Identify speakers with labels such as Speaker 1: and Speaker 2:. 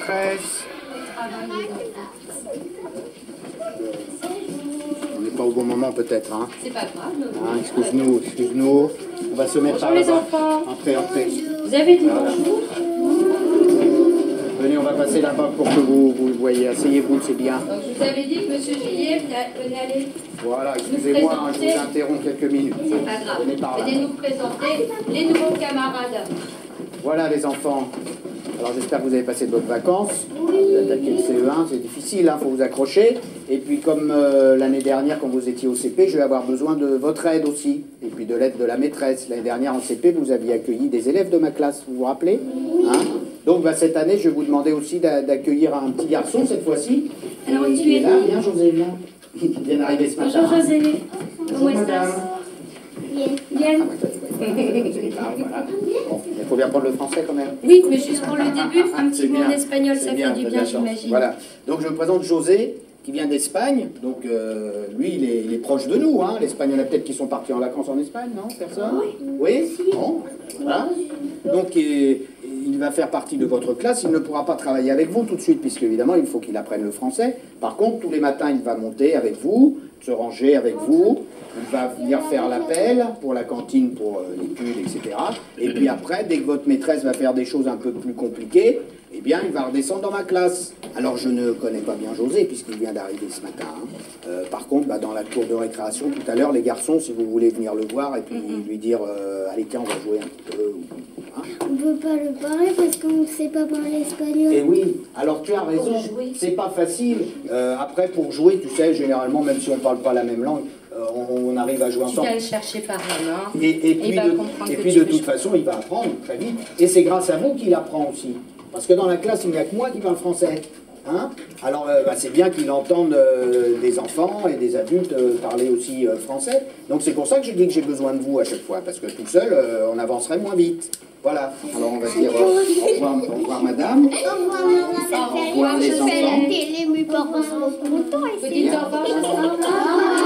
Speaker 1: because
Speaker 2: On n'est pas au bon moment peut-être. Hein.
Speaker 3: C'est pas grave.
Speaker 2: Hein, excuse-nous, excuse-nous. On va se mettre
Speaker 3: Bonjour
Speaker 2: par
Speaker 3: les
Speaker 2: là-bas.
Speaker 3: enfants.
Speaker 2: Entrez, entrez.
Speaker 3: Vous avez dit bonjour
Speaker 2: Venez, on va passer là-bas pour que vous, vous le voyez. Asseyez-vous, c'est bien.
Speaker 3: Donc je vous avais dit que Monsieur Gillier venait venait aller.
Speaker 2: Voilà, excusez-moi, hein, je
Speaker 3: présentez.
Speaker 2: vous interromps quelques minutes.
Speaker 3: C'est pas grave.
Speaker 2: Venez par là.
Speaker 3: Venez nous présenter les nouveaux camarades.
Speaker 2: Voilà les enfants. Alors j'espère que vous avez passé de bonnes vacances. Vous attaquez le CE1, c'est difficile, il faut vous accrocher. Et puis comme euh, l'année dernière quand vous étiez au CP, je vais avoir besoin de votre aide aussi. Et puis de l'aide de la maîtresse. L'année dernière en CP, vous aviez accueilli des élèves de ma classe, vous vous rappelez Hein Donc bah, cette année, je vais vous demander aussi d'a- d'accueillir un petit garçon cette fois-ci.
Speaker 3: Alors,
Speaker 2: Et
Speaker 3: tu
Speaker 2: il
Speaker 3: es
Speaker 2: est là,
Speaker 3: né
Speaker 2: bien José, bien. Il vient d'arriver ce matin.
Speaker 3: Bonjour José. Comment
Speaker 2: madame.
Speaker 3: est-ce
Speaker 2: Ah,
Speaker 3: Bien.
Speaker 2: bah, c'est pas, voilà. Bon, il faut bien prendre le français quand même.
Speaker 3: Oui, mais juste pour le début, un
Speaker 2: Ah, C'est
Speaker 3: petit mot en
Speaker 2: bien.
Speaker 3: espagnol,
Speaker 2: C'est
Speaker 3: ça fait du
Speaker 2: t'as de
Speaker 3: bien,
Speaker 2: la chance.
Speaker 3: j'imagine.
Speaker 2: Voilà. Donc je vous présente José, qui vient d'Espagne. Donc euh, lui, il est, il est proche de nous. Hein. L'Espagne, il y en a peut-être qui sont partis en vacances en Espagne, non Personne Oui Bon, voilà. Donc et- il va faire partie de votre classe. Il ne pourra pas travailler avec vous tout de suite, puisque évidemment, il faut qu'il apprenne le français. Par contre, tous les matins, il va monter avec vous, se ranger avec vous. Il va venir faire l'appel pour la cantine, pour euh, l'étude, etc. Et puis après, dès que votre maîtresse va faire des choses un peu plus compliquées, eh bien, il va redescendre dans ma classe. Alors, je ne connais pas bien José, puisqu'il vient d'arriver ce matin. hein. Euh, par contre, bah, dans la cour de récréation, tout à l'heure, les garçons, si vous voulez venir le voir et puis lui dire euh, Allez, tiens, on va jouer un petit peu. ou- hein.
Speaker 4: On peut pas le parler parce qu'on ne sait pas parler espagnol.
Speaker 2: Et Eh oui, alors tu as raison,
Speaker 3: Pour jouer.
Speaker 2: c'est pas facile. Euh, après, pour jouer, tu sais, généralement, même si on parle pas la même langue, euh, on, on arrive à jouer
Speaker 5: Tu
Speaker 2: ensemble.
Speaker 5: viens le chercher par la main.
Speaker 2: Et, et
Speaker 5: Il
Speaker 2: puis,
Speaker 5: va
Speaker 2: de,
Speaker 5: comprendre
Speaker 2: et
Speaker 5: que
Speaker 2: puis
Speaker 5: tu
Speaker 2: de
Speaker 5: peux
Speaker 2: toute
Speaker 5: jouer.
Speaker 2: façon, il va apprendre très vite. Et c'est grâce à vous qu'il apprend aussi. Parce que dans la classe, il n'y a que moi qui parle français. Hein Alors, euh, bah, c'est bien qu'il entende euh, des enfants et des adultes euh, parler aussi euh, français. Donc, c'est pour ça que je dis que j'ai besoin de vous à chaque fois. Parce que tout seul, euh, on avancerait moins vite. Voilà. Alors, on va se dire euh, au revoir, au revoir, madame.
Speaker 4: Au
Speaker 2: revoir, les
Speaker 4: Je fais
Speaker 2: enfants.
Speaker 4: la télé, mes parents sont contents.
Speaker 3: Vous dites au revoir, José.